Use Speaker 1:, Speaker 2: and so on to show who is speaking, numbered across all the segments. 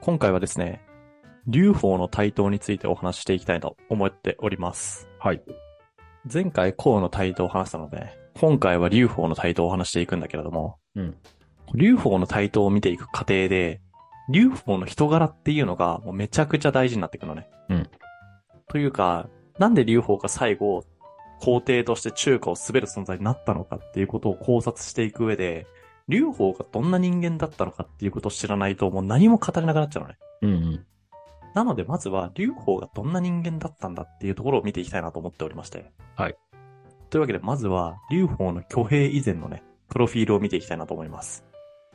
Speaker 1: 今回はですね、劉邦の台頭についてお話ししていきたいと思っております。
Speaker 2: はい。
Speaker 1: 前回、孔の台頭を話したので、今回は劉邦の台頭を話していくんだけれども、
Speaker 2: うん。
Speaker 1: 劉邦の台頭を見ていく過程で、劉邦の人柄っていうのがもうめちゃくちゃ大事になってくのね。
Speaker 2: うん。
Speaker 1: というか、なんで劉邦が最後、皇帝として中華を滑る存在になったのかっていうことを考察していく上で、劉邦がどんな人間だったのかっていうことを知らないともう何も語れなくなっちゃうのね。
Speaker 2: うんうん。
Speaker 1: なので、まずは、劉邦がどんな人間だったんだっていうところを見ていきたいなと思っておりまして。
Speaker 2: はい。
Speaker 1: というわけで、まずは、劉邦の挙兵以前のね、プロフィールを見ていきたいなと思います。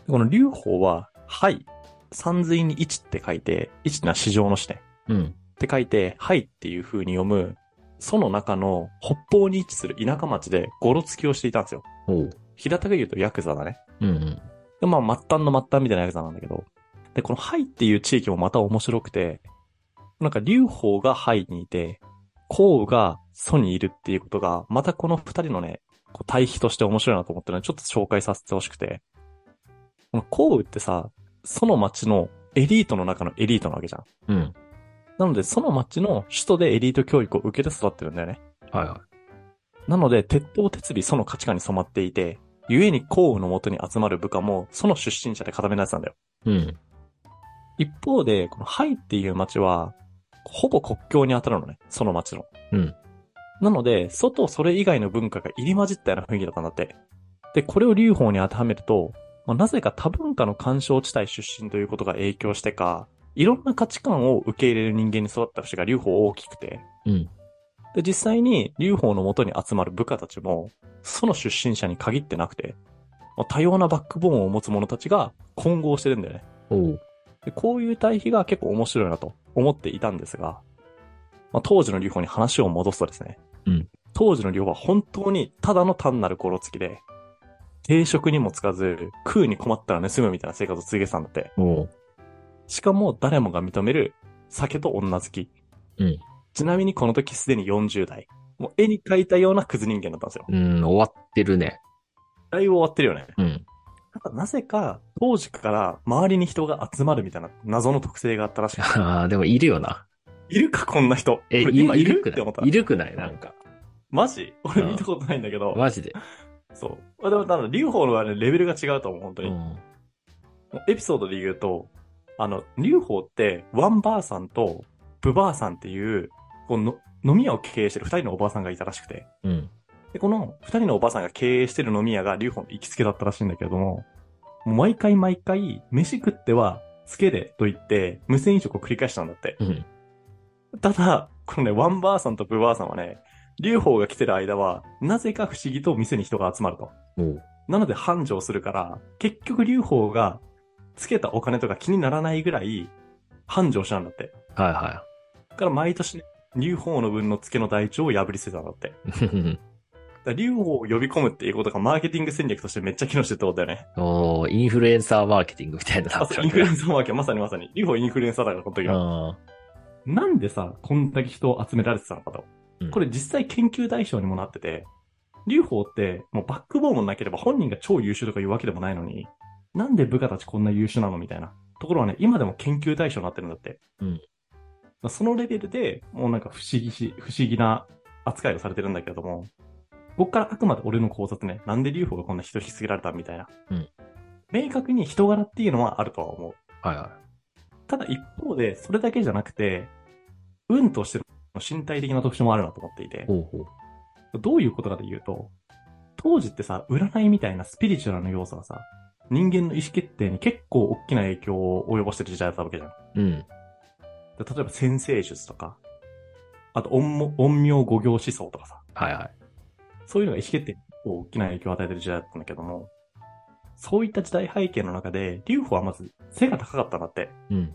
Speaker 1: この劉邦は、はい、三髄に一って書いて、一ってのは市場の死ね。
Speaker 2: うん。
Speaker 1: って書いて、はいっていう風に読む、その中の北方に位置する田舎町でゴロつきをしていたんですよ。
Speaker 2: おう。
Speaker 1: 平たく言うとヤクザだね。
Speaker 2: うんうん。
Speaker 1: で、まあ、末端の末端みたいなやつなんだけど。で、このハイっていう地域もまた面白くて、なんか、劉邦がハイにいて、孔が蘇にいるっていうことが、またこの二人のね、こう対比として面白いなと思ってるので、ちょっと紹介させてほしくて。この孔ってさ、その町のエリートの中のエリートなわけじゃん。
Speaker 2: うん。
Speaker 1: なので、その町の首都でエリート教育を受けて育ってるんだよね。
Speaker 2: はいは
Speaker 1: なので、鉄塔鉄尾その価値観に染まっていて、故に孔の元に集まる部下も、その出身者で固めなやつなんだよ。
Speaker 2: い。うん。
Speaker 1: 一方で、このハイっていう町は、ほぼ国境に当たるのね、その町の。
Speaker 2: うん。
Speaker 1: なので、外それ以外の文化が入り混じったような雰囲気だったんだって。で、これを流邦に当てはめると、まあ、なぜか多文化の干渉地帯出身ということが影響してか、いろんな価値観を受け入れる人間に育った節が流邦大きくて。
Speaker 2: うん。
Speaker 1: で、実際に流邦の元に集まる部下たちも、その出身者に限ってなくて、まあ、多様なバックボーンを持つ者たちが混合してるんだよね。
Speaker 2: おう。
Speaker 1: でこういう対比が結構面白いなと思っていたんですが、まあ、当時の流法に話を戻すとですね、
Speaker 2: うん
Speaker 1: 当時の流法は本当にただの単なるゴロつきで、定職にもつかず、食うに困ったら盗むみたいな生活を続けてたんだって。
Speaker 2: おう。
Speaker 1: しかも誰もが認める酒と女好き。
Speaker 2: うん
Speaker 1: ちなみにこの時すでに40代。もう絵に描いたようなクズ人間だったんですよ。
Speaker 2: うん。終わってるね。
Speaker 1: だいぶ終わってるよね。
Speaker 2: うん。
Speaker 1: ただなぜか当時から周りに人が集まるみたいな謎の特性があったらしくて
Speaker 2: ああ、でもいるよな。
Speaker 1: いるかこんな人。
Speaker 2: え、
Speaker 1: これ
Speaker 2: 今
Speaker 1: 今い
Speaker 2: いる
Speaker 1: る
Speaker 2: く
Speaker 1: って思った
Speaker 2: ないいるくないなんか。
Speaker 1: マジ俺
Speaker 2: うん
Speaker 1: 見たことないんだけど。
Speaker 2: マジで。
Speaker 1: そう。まあでも、あの、劉邦のはね、レベルが違うと思う、本当
Speaker 2: う
Speaker 1: に。
Speaker 2: ん。
Speaker 1: エピソードで言うと、あの、劉邦って、ワンばあさんと、ブばあさんっていう、この、飲み屋を経営してる二人のおばあさんがいたらしくて。
Speaker 2: うん。
Speaker 1: で、この二人のおばあさんが経営してる飲み屋が劉邦の行きつけだったらしいんだけれども、もう毎回毎回、飯食っては、つけでと言って、無銭飲食を繰り返したんだって。
Speaker 2: うん。
Speaker 1: ただ、このね、ワンバーさんとブバーさんはね、劉邦が来てる間は、なぜか不思議と店に人が集まると。
Speaker 2: おう。
Speaker 1: なので繁盛するから、結局劉邦がつけたお金とか気にならないぐらい繁盛したんだって。
Speaker 2: はいは
Speaker 1: だから毎年ね、劉邦の分のつけの台帳を破り捨てたんだって。だか
Speaker 2: い。
Speaker 1: ら劉邦を呼び込むっていうことがマーケティング戦略としてめっちゃ機能してるってことだよね。
Speaker 2: おう、インフルエンサーマーケティングみたいな。
Speaker 1: あ、そう、インフルエンサーマーケまさにまさに。劉邦インフルエンサーだから、この時は。
Speaker 2: あ
Speaker 1: なんでさ、こんだけ人を集められてたのかと。
Speaker 2: うん
Speaker 1: これ実際研究対象にもなってて、劉邦ってもうバックボーンもなければ本人が超優秀とかいうわけでもないのに、なんで部下たちこんな優秀なのみたいなところはね、今でも研究対象になってるんだって。
Speaker 2: うん
Speaker 1: だからそのレベルでもうなんか不思議し、不思議な扱いをされてるんだけれども、ここからあくまで俺の考察ね、なんで劉邦がこんな人引き継げられたみたいな。
Speaker 2: うん
Speaker 1: 明確に人柄っていうのはあるとは思う。
Speaker 2: あ。はいは
Speaker 1: ただ一方で、それだけじゃなくて、運としての身体的な特徴もあるなと思っていて
Speaker 2: い。、ほうほう。
Speaker 1: どういうことかというと、当時ってさ、占いみたいなスピリチュアルな要素がさ、人間の意思決定に結構大きな影響を及ぼしてる時代だったわけじゃん。
Speaker 2: うん。
Speaker 1: で例えば先生術とか、あと陰も陰陽五行思想とかさ、
Speaker 2: はいはい。
Speaker 1: そういうのが意思決定に結構大きな影響を与えてる時代だったんだけども、そういった時代背景の中で、劉邦はまず背が高かったんだって。
Speaker 2: うん。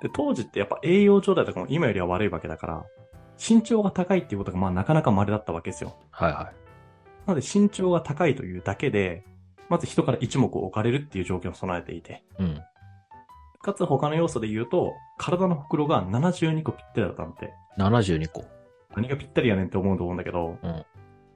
Speaker 1: で、当時ってやっぱ栄養状態とかも今よりは悪いわけだから、身長が高いっていうことがまあなかなか稀だったわけですよ。
Speaker 2: はいは
Speaker 1: なので身長が高いというだけで、まず人から一目置かれるっていう状況を備えていて、
Speaker 2: い。うん。
Speaker 1: かつ他の要素で言うと、体のほくろが72個ぴったりだったんで、
Speaker 2: 72個。
Speaker 1: 何がぴったりやねんって思うと思うんだけど、
Speaker 2: うん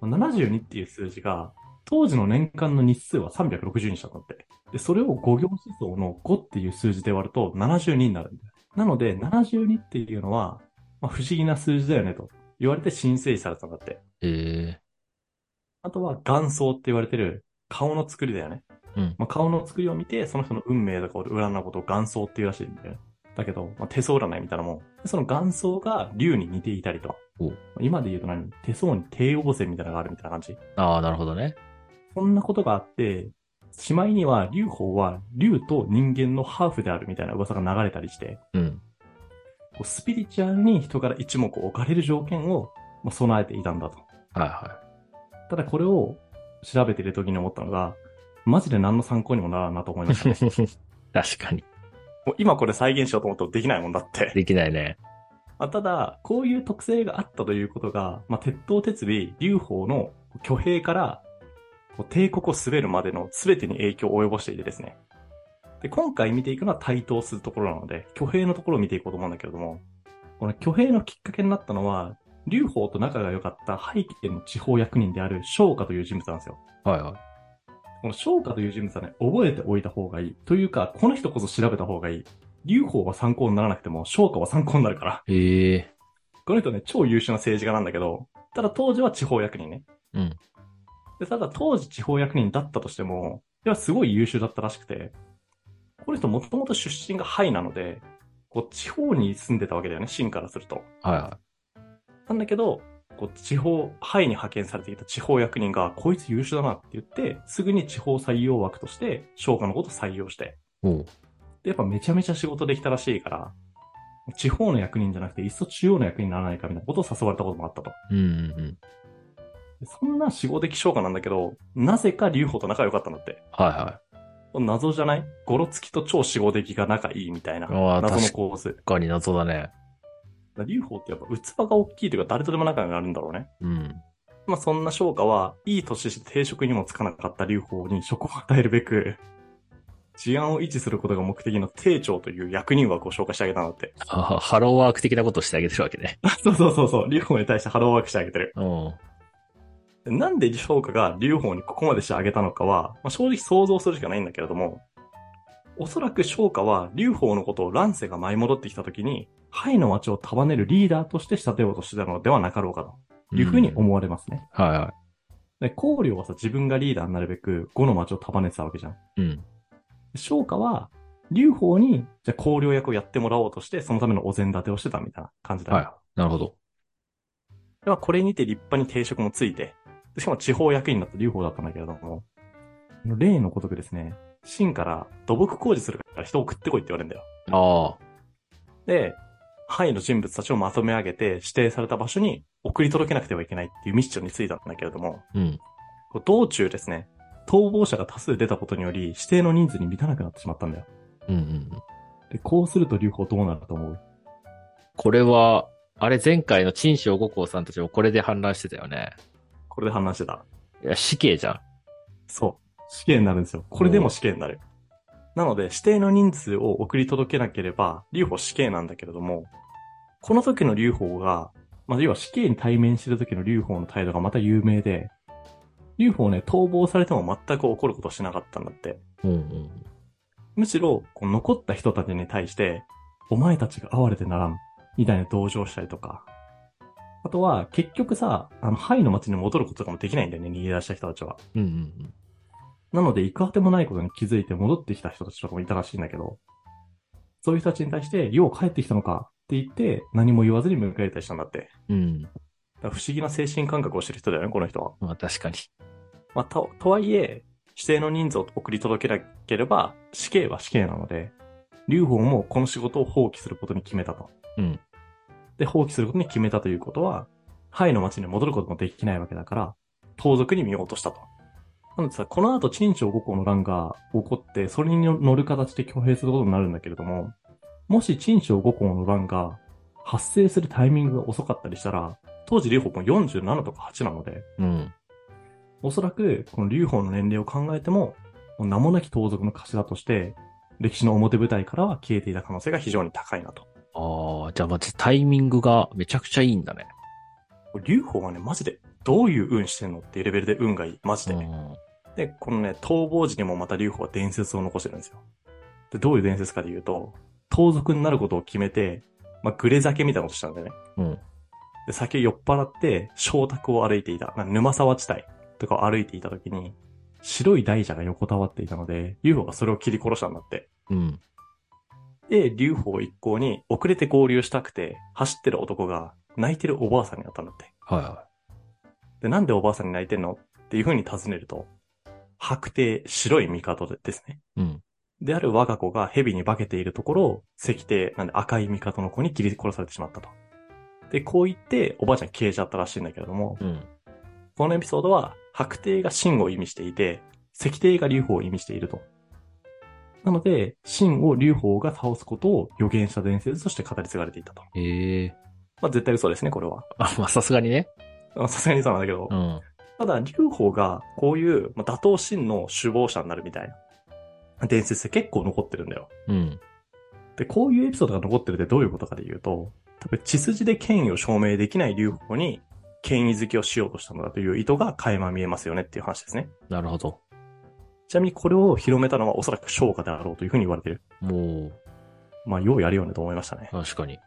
Speaker 1: 72っていう数字が、当時の年間の日数は360にしたんだって。で、それを五行思想の5っていう数字で割ると72になるんだよ。なので、72っていうのは、まあ、不思議な数字だよねと言われて申請されたんだって。
Speaker 2: え
Speaker 1: あとは元相って言われてる顔の作りだよね。
Speaker 2: うん
Speaker 1: まあ、顔の作りを見て、その人の運命とかを占うことを元相っていうらしいんだよね。だけど、まあ、手相占いみたいなもん。でその元相が竜に似ていたりと
Speaker 2: お。
Speaker 1: 今で言うと何手相に帝王星みたいなのがあるみたいな感じ。
Speaker 2: ー、ああ、なるほどね。
Speaker 1: そんなことがあって、しまいには竜法は竜と人間のハーフであるみたいな噂が流れたりして、
Speaker 2: うん。
Speaker 1: こうスピリチュアルに人から一目置かれる条件をまあ備えていたんだと。
Speaker 2: はいは
Speaker 1: ただこれを調べてる時に思ったのが、マジで何の参考にもならんなと思いま した。
Speaker 2: い。確かに。
Speaker 1: もう今これ再現しようと思ってもできないもんだって。
Speaker 2: できないね。
Speaker 1: まあ、ただ、こういう特性があったということが、まあ、鉄塔鉄尾、劉邦の挙兵から、こう帝国を滑るまでの全てに影響を及ぼしていてですね。で、今回見ていくのは対等するところなので、挙兵のところを見ていこうと思うんだけれども、この挙兵のきっかけになったのは、劉邦と仲が良かった背景の地方役人である昇華という人物なんですよ。
Speaker 2: はいはい。
Speaker 1: この昇華という人物はね、覚えておいた方がいい。というか、この人こそ調べた方がいい。劉邦は参考にならなくても、昇華は参考になるから。
Speaker 2: ええ
Speaker 1: この人ね、超優秀な政治家なんだけど、ただ当時は地方役人ね。
Speaker 2: うん。
Speaker 1: で、ただ当時地方役人だったとしても、いや、すごい優秀だったらしくて、この人もともと出身がハイなので、こう、地方に住んでたわけだよね、秦からすると。
Speaker 2: はいは
Speaker 1: なんだけど、こう、地方、ハイに派遣されていた地方役人が、こいつ優秀だなって言って、すぐに地方採用枠として、商家のことを採用して、
Speaker 2: い。おう。
Speaker 1: で、やっぱめちゃめちゃ仕事できたらしいから、地方の役人じゃなくて、いっそ中央の役人にならないかみたいなことを誘われたこともあったと。
Speaker 2: うんうんうん。
Speaker 1: でそんな死後的昇華なんだけど、なぜか劉邦と仲良かったんだって。
Speaker 2: はいは
Speaker 1: 謎じゃないゴロつきと超死後的が仲いいみたいな。
Speaker 2: あー
Speaker 1: 謎の
Speaker 2: 確か
Speaker 1: 構図。
Speaker 2: い。他に謎だね。
Speaker 1: 劉邦ってやっぱ器が大きいというか誰とでも仲があるんだろうね。
Speaker 2: うん。
Speaker 1: まあそんな昇華は、いい年して定職にもつかなかった劉邦に職を与えるべく、治安を維持することが目的の定長という役人枠を紹介してあげたんだって。
Speaker 2: あーハローワーク的なことをしてあげてるわけね。
Speaker 1: そうそうそうそう、劉邦に対してハローワークしてあげてる。
Speaker 2: うん。
Speaker 1: でなんで昇華が劉邦にここまでしてあげたのかは、まあ、正直想像するしかないんだけれども、おそらく昇華は劉邦のことを乱世が舞い戻ってきた時に、ハイの町を束ねるリーダーとして仕立てようとしてたのではなかろうかというふうに
Speaker 2: うん
Speaker 1: 思われますね。
Speaker 2: はいは
Speaker 1: で、高領はさ、自分がリーダーになるべく、五の町を束ねてたわけじゃん。
Speaker 2: い。うん。
Speaker 1: 昇華は、劉邦に、じゃあ高領役をやってもらおうとして、そのためのお膳立てをしてたみたいな感じだね。
Speaker 2: はい。なるほど。
Speaker 1: でまあ、これにて立派に定職もついて、でしかも地方役員だった劉邦だったんだけれども、例のごとくですね、秦から土木工事するから人を送ってこいって言われるんだよ。
Speaker 2: あ
Speaker 1: で、範囲の人物たちをまとめ上げて指定された場所に送り届けなくてはいけないっていうミッションについたんだけれども、
Speaker 2: あ。うん。
Speaker 1: こう道中ですね、逃亡者が多数出たことにより指定の人数に満たなくなってしまったんだよ。
Speaker 2: うんうんうん。
Speaker 1: で、こうすると劉邦どうなると思う
Speaker 2: これは、あれ前回の陳章五行さんたちもこれで反乱してたよね。
Speaker 1: これで反乱してた。
Speaker 2: いや、死刑じゃん。
Speaker 1: そう。死刑になるんですよ。これでも死刑になる。なので、指定の人数を送り届けなければ、留保死刑なんだけれども、この時の留保が、まあ、要は死刑に対面してる時の留保の態度がまた有名で、留保ね、逃亡されても全く怒ることしなかったんだって。
Speaker 2: うんうん。
Speaker 1: むしろ、こう残った人たちに対して、お前たちが哀れてならん、みたいな同情したりとか。あとは、結局さ、あの、ハイの町に戻ることとかもできないんだよね、逃げ出した人たちは。
Speaker 2: うんうん
Speaker 1: なので、行く当てもないことに気づいて戻ってきた人たちとかもいたらしいんだけど、そういう人たちに対して、よう帰ってきたのかって言って、何も言わずに迎え入れたりしたんだって。
Speaker 2: うん。うん。
Speaker 1: だから不思議な精神感覚をしてる人だよね、この人は。
Speaker 2: まあ確かに。
Speaker 1: まあ、と、とはいえ、指定の人数を送り届けなければ、死刑は死刑なので、劉邦もこの仕事を放棄することに決めたと。
Speaker 2: うん。
Speaker 1: で、放棄することに決めたということは、ハイの町に戻ることもできないわけだから、盗賊に見落としたと。なのでさ、この後、陳朝五行の乱が起こって、それに乗る形で挙兵することになるんだけれども、もし陳朝五行の乱が発生するタイミングが遅かったりしたら、当時劉邦も47とか8なので、
Speaker 2: うん。
Speaker 1: おそらく、この劉邦の年齢を考えても、もう名もなき盗賊の頭として、歴史の表舞台からは消えていた可能性が非常に高いなと。
Speaker 2: ああ、じゃあまずタイミングがめちゃくちゃいいんだね。
Speaker 1: 劉邦はね、マジで、どういう運してんのっていうレベルで運がいい。マジ
Speaker 2: う
Speaker 1: で。
Speaker 2: ん。
Speaker 1: で、このね、逃亡時にもまた劉邦は伝説を残してるんですよ。で、どういう伝説かで言うと、盗賊になることを決めて、まあ、グレ酒みたいなことしたんだよね。
Speaker 2: うん。
Speaker 1: で、酒酔っ払って、小宅を歩いていた、なんか沼沢地帯とかを歩いていた時に、白い大蛇が横たわっていたので、劉邦がそれを切り殺したんだって。
Speaker 2: うん。
Speaker 1: で、劉邦一行に遅れて合流したくて、走ってる男が泣いてるおばあさんになったんだって。
Speaker 2: はいは
Speaker 1: で、なんでおばあさんに泣いてんのっていう風に尋ねると、白帝、白い帝でですね。
Speaker 2: い。うん。
Speaker 1: である我が子が蛇に化けているところを、赤帝、なんで赤い帝の子に切り殺されてしまったと。で、こう言って、おばあちゃん消えちゃったらしいんだけれども、
Speaker 2: うん。
Speaker 1: このエピソードは、白帝が真を意味していて、赤帝が劉邦を意味していると。なので、真を劉邦が倒すことを予言した伝説として語り継がれていたと。
Speaker 2: ええ
Speaker 1: まあ、絶対嘘ですね、これは。
Speaker 2: あ、まあ、さすがにね。
Speaker 1: あさすがにそうなんだけど。
Speaker 2: うん。
Speaker 1: ただ、劉邦がこういうまあ打倒真の首謀者になるみたいな伝説って結構残ってるんだよ。
Speaker 2: うん。
Speaker 1: で、こういうエピソードが残ってるってどういうことかで言うと、多分血筋で権威を証明できない劉邦に権威づけをしようとしたのだという意図が垣間見えますよねっていう話ですね。
Speaker 2: なるほど。
Speaker 1: ちなみにこれを広めたのはおそらく商家であろうというふうに言われてる。
Speaker 2: もう、
Speaker 1: まあ、ようやるよねと思いましたね。
Speaker 2: 確かに。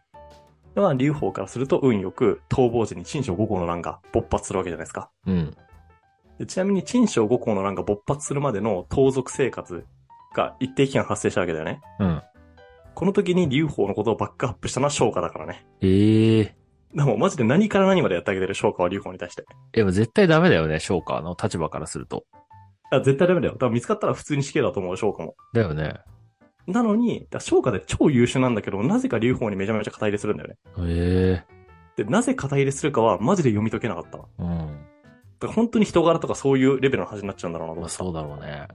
Speaker 1: でまあ、劉邦からすると運よく逃亡時に陳章5号の乱が勃発するわけじゃないですか。
Speaker 2: うん。
Speaker 1: でちなみに、陳章5項の乱が勃発するまでの盗賊生活が一定期間発生したわけだよね。
Speaker 2: うん。
Speaker 1: この時に劉邦のことをバックアップしたのは商家だからね。
Speaker 2: ええ
Speaker 1: でもマジで何から何までやってあげてる商家は劉邦に対して。
Speaker 2: でも絶対ダメだよね、商家の立場からすると。
Speaker 1: あ絶対ダメだよ。多分見つかったら普通に死刑だと思う、商家も。
Speaker 2: だよね。
Speaker 1: なのに、だから商家で超優秀なんだけど、なぜか劉邦にめちゃめちゃ肩入れするんだよね。
Speaker 2: ええ
Speaker 1: で、なぜ肩入れするかはマジで読み解けなかったわ。
Speaker 2: うん。
Speaker 1: だから本当に人柄とかそういうレベルの話になっちゃうんだろうなと思
Speaker 2: まあ、
Speaker 1: ってた
Speaker 2: そうだろうね。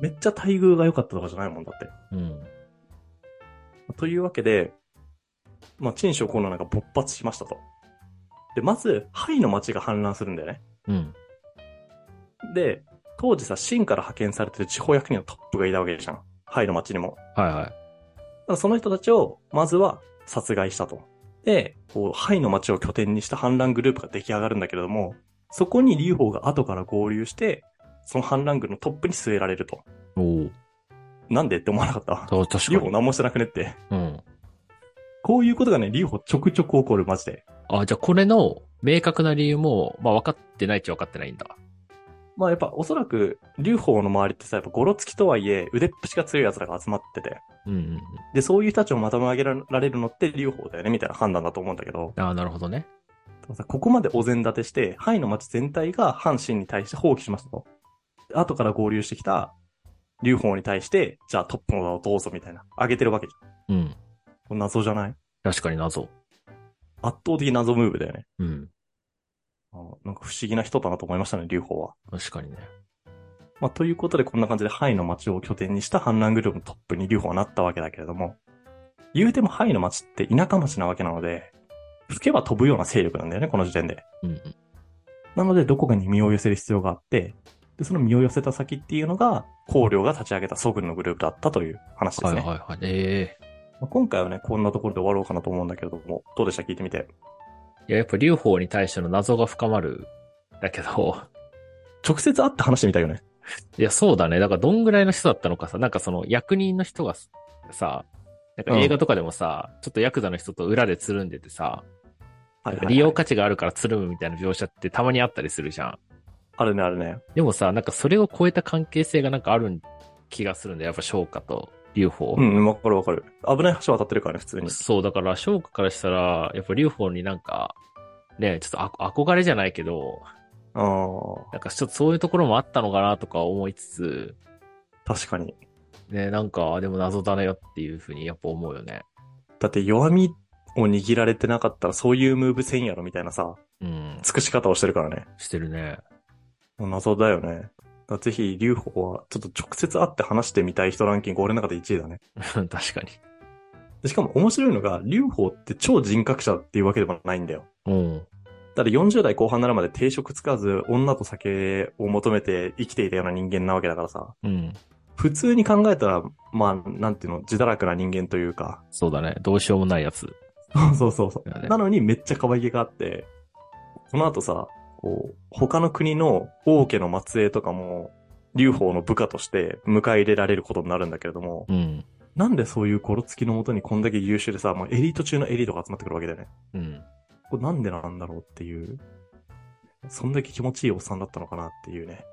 Speaker 1: めっちゃ待遇が良かったとかじゃないもんだって。
Speaker 2: うん。
Speaker 1: というわけで、まあ、陳章コロナが勃発しましたと。で、まず、ハイの町が氾濫するんだよね。
Speaker 2: うん。
Speaker 1: で、当時さ、秦から派遣されてる地方役人のトップがいたわけじゃん。ハイの町にも。
Speaker 2: はいは
Speaker 1: だ
Speaker 2: い。
Speaker 1: からその人たちを、まずは殺害したと。で、こう、ハイの町を拠点にした反乱グループが出来上がるんだけれども、そこに劉邦が後から合流して、その反乱軍のトップに据えられると。
Speaker 2: おお。
Speaker 1: なんでって思わなかった
Speaker 2: そう確
Speaker 1: 劉
Speaker 2: か
Speaker 1: 邦
Speaker 2: に。
Speaker 1: 何もしてなくねって。
Speaker 2: うん。
Speaker 1: こういうことがね、劉邦ちょくちょく起こる、マジで。
Speaker 2: あ、じゃあこれの明確な理由も、まあ分かってないっちゃ分かってないんだ。
Speaker 1: まあやっぱおそらく、劉邦の周りってさ、やっぱゴロつきとはいえ、腕っぷしが強い奴らが集まってて、
Speaker 2: うんうんうん。
Speaker 1: で、そういう人たちをまとめ上げられるのって劉邦だよね、みたいな判断だと思うんだけど、
Speaker 2: ああ、なるほどね。
Speaker 1: でもさここまでお膳立てして、範囲の町全体が阪神に対して放棄しますと。で後から合流してきた劉邦に対して、じゃあトップの座をどうぞ、みたいな、上げてるわけじゃん
Speaker 2: うん。。
Speaker 1: これ謎じゃない
Speaker 2: 確かに謎。
Speaker 1: 圧倒的謎ムーブだよね。
Speaker 2: うん。
Speaker 1: あのなんか不思議な人だなと思いましたね、劉邦は。
Speaker 2: 確かにね。
Speaker 1: まあ、ということで、こんな感じでハイの街を拠点にした反乱グループのトップに劉邦はなったわけだけれども、言うてもハイの街って田舎町なわけなので、吹けば飛ぶような勢力なんだよね、この時点で。
Speaker 2: うんうん。
Speaker 1: なので、どこかに身を寄せる必要があって、で、その身を寄せた先っていうのが、高領が立ち上げた祖軍のグループだったという話で
Speaker 2: は
Speaker 1: す
Speaker 2: い
Speaker 1: ね。
Speaker 2: はいはい。え
Speaker 1: まあ今回はね、こんなところで終わろうかなと思うんだけれども、どうでした聞いてみて。
Speaker 2: えいや、やっぱ劉邦に対しての謎が深まる。だけど、
Speaker 1: 直接会って話してみたいよね。
Speaker 2: いや、そうだね。だから、どんぐらいの人だったのかさ、なんかその役人の人がささ、なんか映画とかでもさ、ちょっとヤクザの人と裏でつるんでてさ、
Speaker 1: は
Speaker 2: なんか利用価値があるからつるむみたいな描写ってたまにあったりするじゃん。
Speaker 1: あるね、あるね。
Speaker 2: でもさ、なんかそれを超えた関係性がなんかある気がするんだよ。やっぱ昇華と劉邦。
Speaker 1: うん、うんわかるわかる。危ない橋渡ってるからね、普通に。
Speaker 2: そう、だから昇華からしたら、やっぱ劉邦になんか、ね、ちょっとあ憧れじゃないけど、
Speaker 1: ああ、
Speaker 2: なんかちょっとそういうところもあったのかなとか思いつつ、
Speaker 1: 確かに。
Speaker 2: ね、なんか、でも謎だねよっていうふうにやっぱ思うよね。
Speaker 1: だって弱みを握られてなかったらそういうムーブせんやろみたいなさ、
Speaker 2: うん。
Speaker 1: 尽くし方をしてるからね。
Speaker 2: してるね。
Speaker 1: もう謎だよね。だからぜひ、劉邦は、ちょっと直接会って話してみたい人ランキング、俺の中で1位だね。
Speaker 2: 確かに。
Speaker 1: でしかも面白いのが、劉邦って超人格者っていうわけでもないんだよ。
Speaker 2: うん。
Speaker 1: だって40代後半になるまで定職つかず、女と酒を求めて生きていたような人間なわけだからさ、
Speaker 2: うん。
Speaker 1: 普通に考えたら、まあ、なんていうの、自堕落な人間というか、
Speaker 2: そうだね。どうしようもないやつ。
Speaker 1: そうそうそう。
Speaker 2: だよね
Speaker 1: なのにめっちゃ可愛げがあって、この後さ、こう、他の国の王家の末裔とかも、劉邦の部下として迎え入れられることになるんだけれども、
Speaker 2: うん。
Speaker 1: なんでそういうゴロつきのもとにこんだけ優秀でさ、もうエリート中のエリートが集まってくるわけだよね。
Speaker 2: うん。
Speaker 1: これなんでなんだろうっていう、そんだけ気持ちいいおっさんだったのかなっていうね。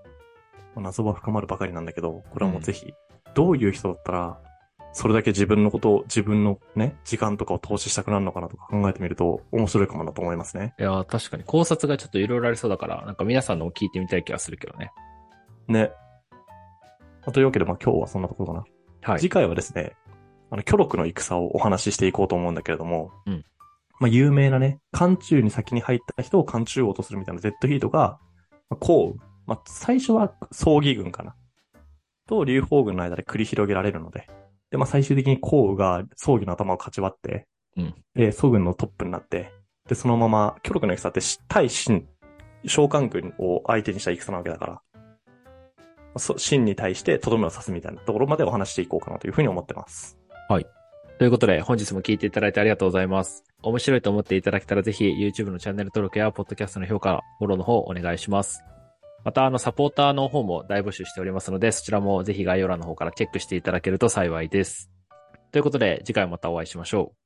Speaker 1: まあ謎は深まるばかりなんだけど、これはもうぜひ、どういう人だったら、それだけ自分のことを、自分のね、時間とかを投資したくなるのかなとか考えてみると面白いかもなと思いますね。
Speaker 2: いやー、確かに考察がちょっといろいろありそうだから、なんか皆さんのも聞いてみたい気がするけどね。
Speaker 1: ね。まあというわけで、まあ今日はそんなところかな。
Speaker 2: はい。
Speaker 1: 次回はですね、あの、巨録の戦をお話ししていこうと思うんだけれども、
Speaker 2: うん
Speaker 1: まあ、有名なね、漢中に先に入った人を漢中王とするみたいなデッドヒートが、まあ、こう、まあ、最初は葬儀軍かな。と、劉邦軍の間で繰り広げられるので。で、まあ、最終的に項羽が葬儀の頭をかち割って、
Speaker 2: うん
Speaker 1: で、宋軍のトップになって、で、そのまま、巨録の戦って、対秦、召喚軍を相手にした戦なわけだから、そ秦に対してとどめを刺すみたいなところまでお話ししていこうかなというふうに思ってます。
Speaker 2: ということで、本日も聞いていただいてありがとうございます。面白いと思っていただけたら、ぜひ YouTube のチャンネル登録や、ポッドキャストの評価、フォローの方お願いします。また、あの、サポーターの方も大募集しておりますので、そちらもぜひ概要欄の方からチェックしていただけると幸いです。ということで、次回またお会いしましょう。